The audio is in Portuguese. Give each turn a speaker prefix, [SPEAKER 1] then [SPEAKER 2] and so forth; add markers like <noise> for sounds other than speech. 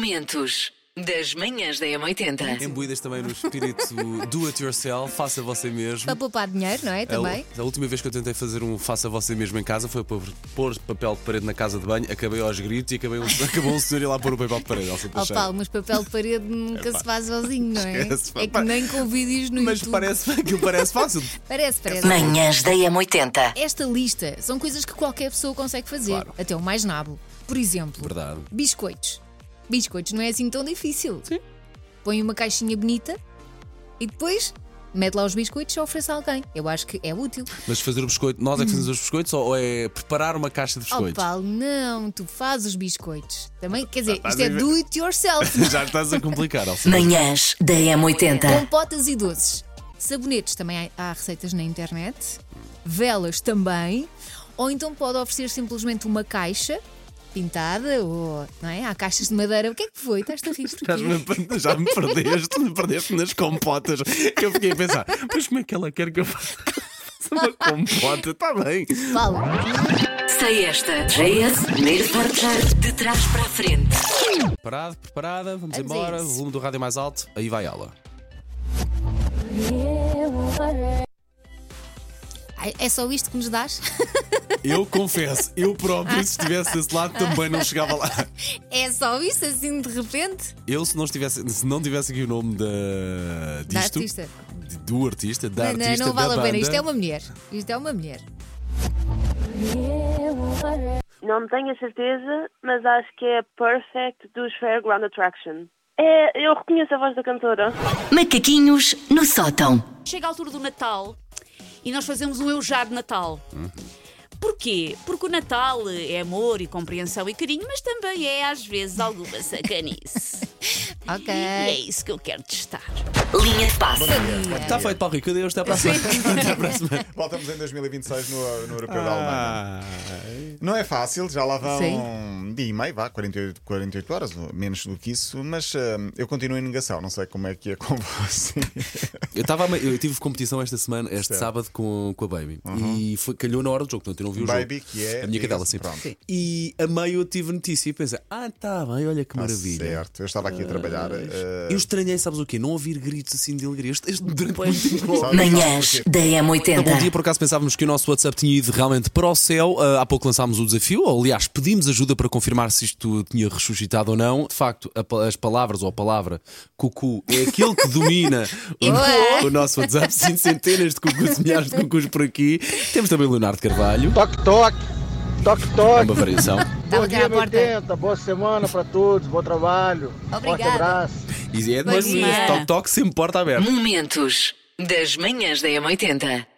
[SPEAKER 1] Momentos das manhãs da M80.
[SPEAKER 2] Imbuídas também no espírito do it yourself, faça você mesmo.
[SPEAKER 3] Para poupar dinheiro, não é?
[SPEAKER 2] A u-
[SPEAKER 3] Também.
[SPEAKER 2] A, última vez que eu tentei fazer um faça você mesmo em casa foi para pôr papel de parede na casa de banho, acabei aos gritos e acabei um, <laughs> acabou um senhor ir lá pôr o papel de parede. Elsa
[SPEAKER 3] Ó
[SPEAKER 2] Teixeira.
[SPEAKER 3] Paulo, mas papel de
[SPEAKER 2] <laughs>
[SPEAKER 3] parede nunca
[SPEAKER 2] é. Epá.
[SPEAKER 3] se faz sozinho, não é?
[SPEAKER 2] Esquece, pá.
[SPEAKER 3] é que nem com vídeos no
[SPEAKER 2] Mas
[SPEAKER 3] YouTube.
[SPEAKER 2] parece que parece fácil.
[SPEAKER 3] Parece, parece.
[SPEAKER 1] Manhãs da M80.
[SPEAKER 3] Esta lista são coisas que qualquer pessoa consegue fazer,
[SPEAKER 2] Claro.
[SPEAKER 3] até o mais nabo. Por exemplo,
[SPEAKER 2] Verdade.
[SPEAKER 3] biscoitos. Biscoitos não é assim tão difícil. Sim. Põe uma caixinha bonita e depois mete lá os biscoitos e oferece a alguém. Eu acho que é útil.
[SPEAKER 2] Mas fazer o biscoito, nós é que fazemos os biscoitos ou, ou é preparar uma caixa de
[SPEAKER 3] Ó
[SPEAKER 2] biscoitos?
[SPEAKER 3] Paulo, não, tu fazes os biscoitos. Também, quer dizer,
[SPEAKER 2] Estás
[SPEAKER 3] isto é
[SPEAKER 2] a ver?
[SPEAKER 3] do it
[SPEAKER 2] <laughs>
[SPEAKER 3] yourself.
[SPEAKER 2] Já estás a complicar, Elsa.
[SPEAKER 1] Manhãs da M80.
[SPEAKER 3] Compotas e doces. Sabonetes também há, há receitas na internet. Velas também. Ou então pode oferecer simplesmente uma caixa pintada ou não é? Há caixas de madeira. O que é que foi? Estás a rir? porquê?
[SPEAKER 2] <laughs> Estás-me a- já me perdeste, me perdeste nas compotas. Que eu fiquei a pensar, mas como é que ela quer que eu faça
[SPEAKER 3] <laughs>
[SPEAKER 2] uma compota? Está bem.
[SPEAKER 3] Fala.
[SPEAKER 1] Sei esta. JS, primeiro portar de trás para a frente.
[SPEAKER 2] Preparado, preparada, vamos,
[SPEAKER 3] Vamos a
[SPEAKER 2] embora.
[SPEAKER 3] isso.
[SPEAKER 2] O volume do rádio é mais alto, aí vai ela.
[SPEAKER 3] Ai, É só isto que nos dás? <laughs>
[SPEAKER 2] Eu confesso, eu próprio, se estivesse desse lado, também não chegava lá.
[SPEAKER 3] É só isto assim de repente?
[SPEAKER 2] Eu, se não, estivesse, se não tivesse aqui o nome da, disto,
[SPEAKER 3] artista.
[SPEAKER 2] de- do artista, da
[SPEAKER 3] Não, não,
[SPEAKER 2] artista,
[SPEAKER 3] não vale
[SPEAKER 2] da
[SPEAKER 3] a pena.
[SPEAKER 2] banda,
[SPEAKER 3] Isto é uma mulher. Isto é uma mulher.
[SPEAKER 4] Não tenho a certeza, mas acho que é Perfect dos Fairground Attraction. É, eu reconheço a voz da cantora.
[SPEAKER 1] Macaquinhos no sótão.
[SPEAKER 5] Chega a altura do Natal e nós fazemos um eujar de Natal. Porquê? Porque o Natal é amor e compreensão e carinho, mas também é às vezes alguma sacanice.
[SPEAKER 3] Ok.
[SPEAKER 5] E é isso que eu quero testar.
[SPEAKER 1] Linha de passe.
[SPEAKER 2] Está feito, Paulo Rico. Adeus, até à próxima. <laughs> até à próxima.
[SPEAKER 6] Voltamos em 2026 no, no Europeu
[SPEAKER 2] Ah.
[SPEAKER 6] da Alemanha. Não é fácil, já lá vão dia e meio, vá, 48, 48 horas, menos do que isso, mas hum, eu continuo em negação, não sei como é que é com <laughs> vocês.
[SPEAKER 2] Eu, tava, a me- eu tive competição esta semana, este sábado, com, com a Baby. E foi- calhou na hora do jogo, portanto eu não vi o
[SPEAKER 6] Baby,
[SPEAKER 2] jogo.
[SPEAKER 6] que é-
[SPEAKER 2] A minha cadela, sim.
[SPEAKER 6] Pronto. Sim.
[SPEAKER 2] E a meio eu tive notícia e pensei, ah, tá bem, olha que maravilha.
[SPEAKER 6] Certo, eu estava aqui a trabalhar. eh,
[SPEAKER 2] Eu estranhei, sabes o quê? Não ouvir gritos assim de alegria. Este, este, durante muito tempo.
[SPEAKER 6] sabe-
[SPEAKER 1] Manhãs da
[SPEAKER 2] Então, bom
[SPEAKER 1] M80.
[SPEAKER 2] dia, por acaso pensávamos que o nosso WhatsApp tinha ido realmente para o céu. Ah, há pouco lançámos o desafio, ou aliás, pedimos ajuda para confirmar se isto tinha ressuscitado ou não. De facto, a pa- as palavras ou a palavra cucu é aquilo que
[SPEAKER 3] <laughs>
[SPEAKER 2] domina
[SPEAKER 3] Ué.
[SPEAKER 2] o, o nosso
[SPEAKER 3] <laughs>
[SPEAKER 2] WhatsApp. Sim, centenas de cucus, milhares de cucus por aqui. Temos também Leonardo Carvalho.
[SPEAKER 7] Toque, toque, toque,
[SPEAKER 2] É
[SPEAKER 7] toque.
[SPEAKER 2] uma variação.
[SPEAKER 3] Estava cá
[SPEAKER 7] Bom dia,
[SPEAKER 3] à Tá porta.
[SPEAKER 7] 80. Boa semana para todos. Bom trabalho. Forte
[SPEAKER 3] Obrigada.
[SPEAKER 7] abraço.
[SPEAKER 2] E é de
[SPEAKER 3] Bom
[SPEAKER 2] mas
[SPEAKER 3] dia.
[SPEAKER 2] toque-toque sempre porta aberta.
[SPEAKER 1] Momentos das manhãs da M80.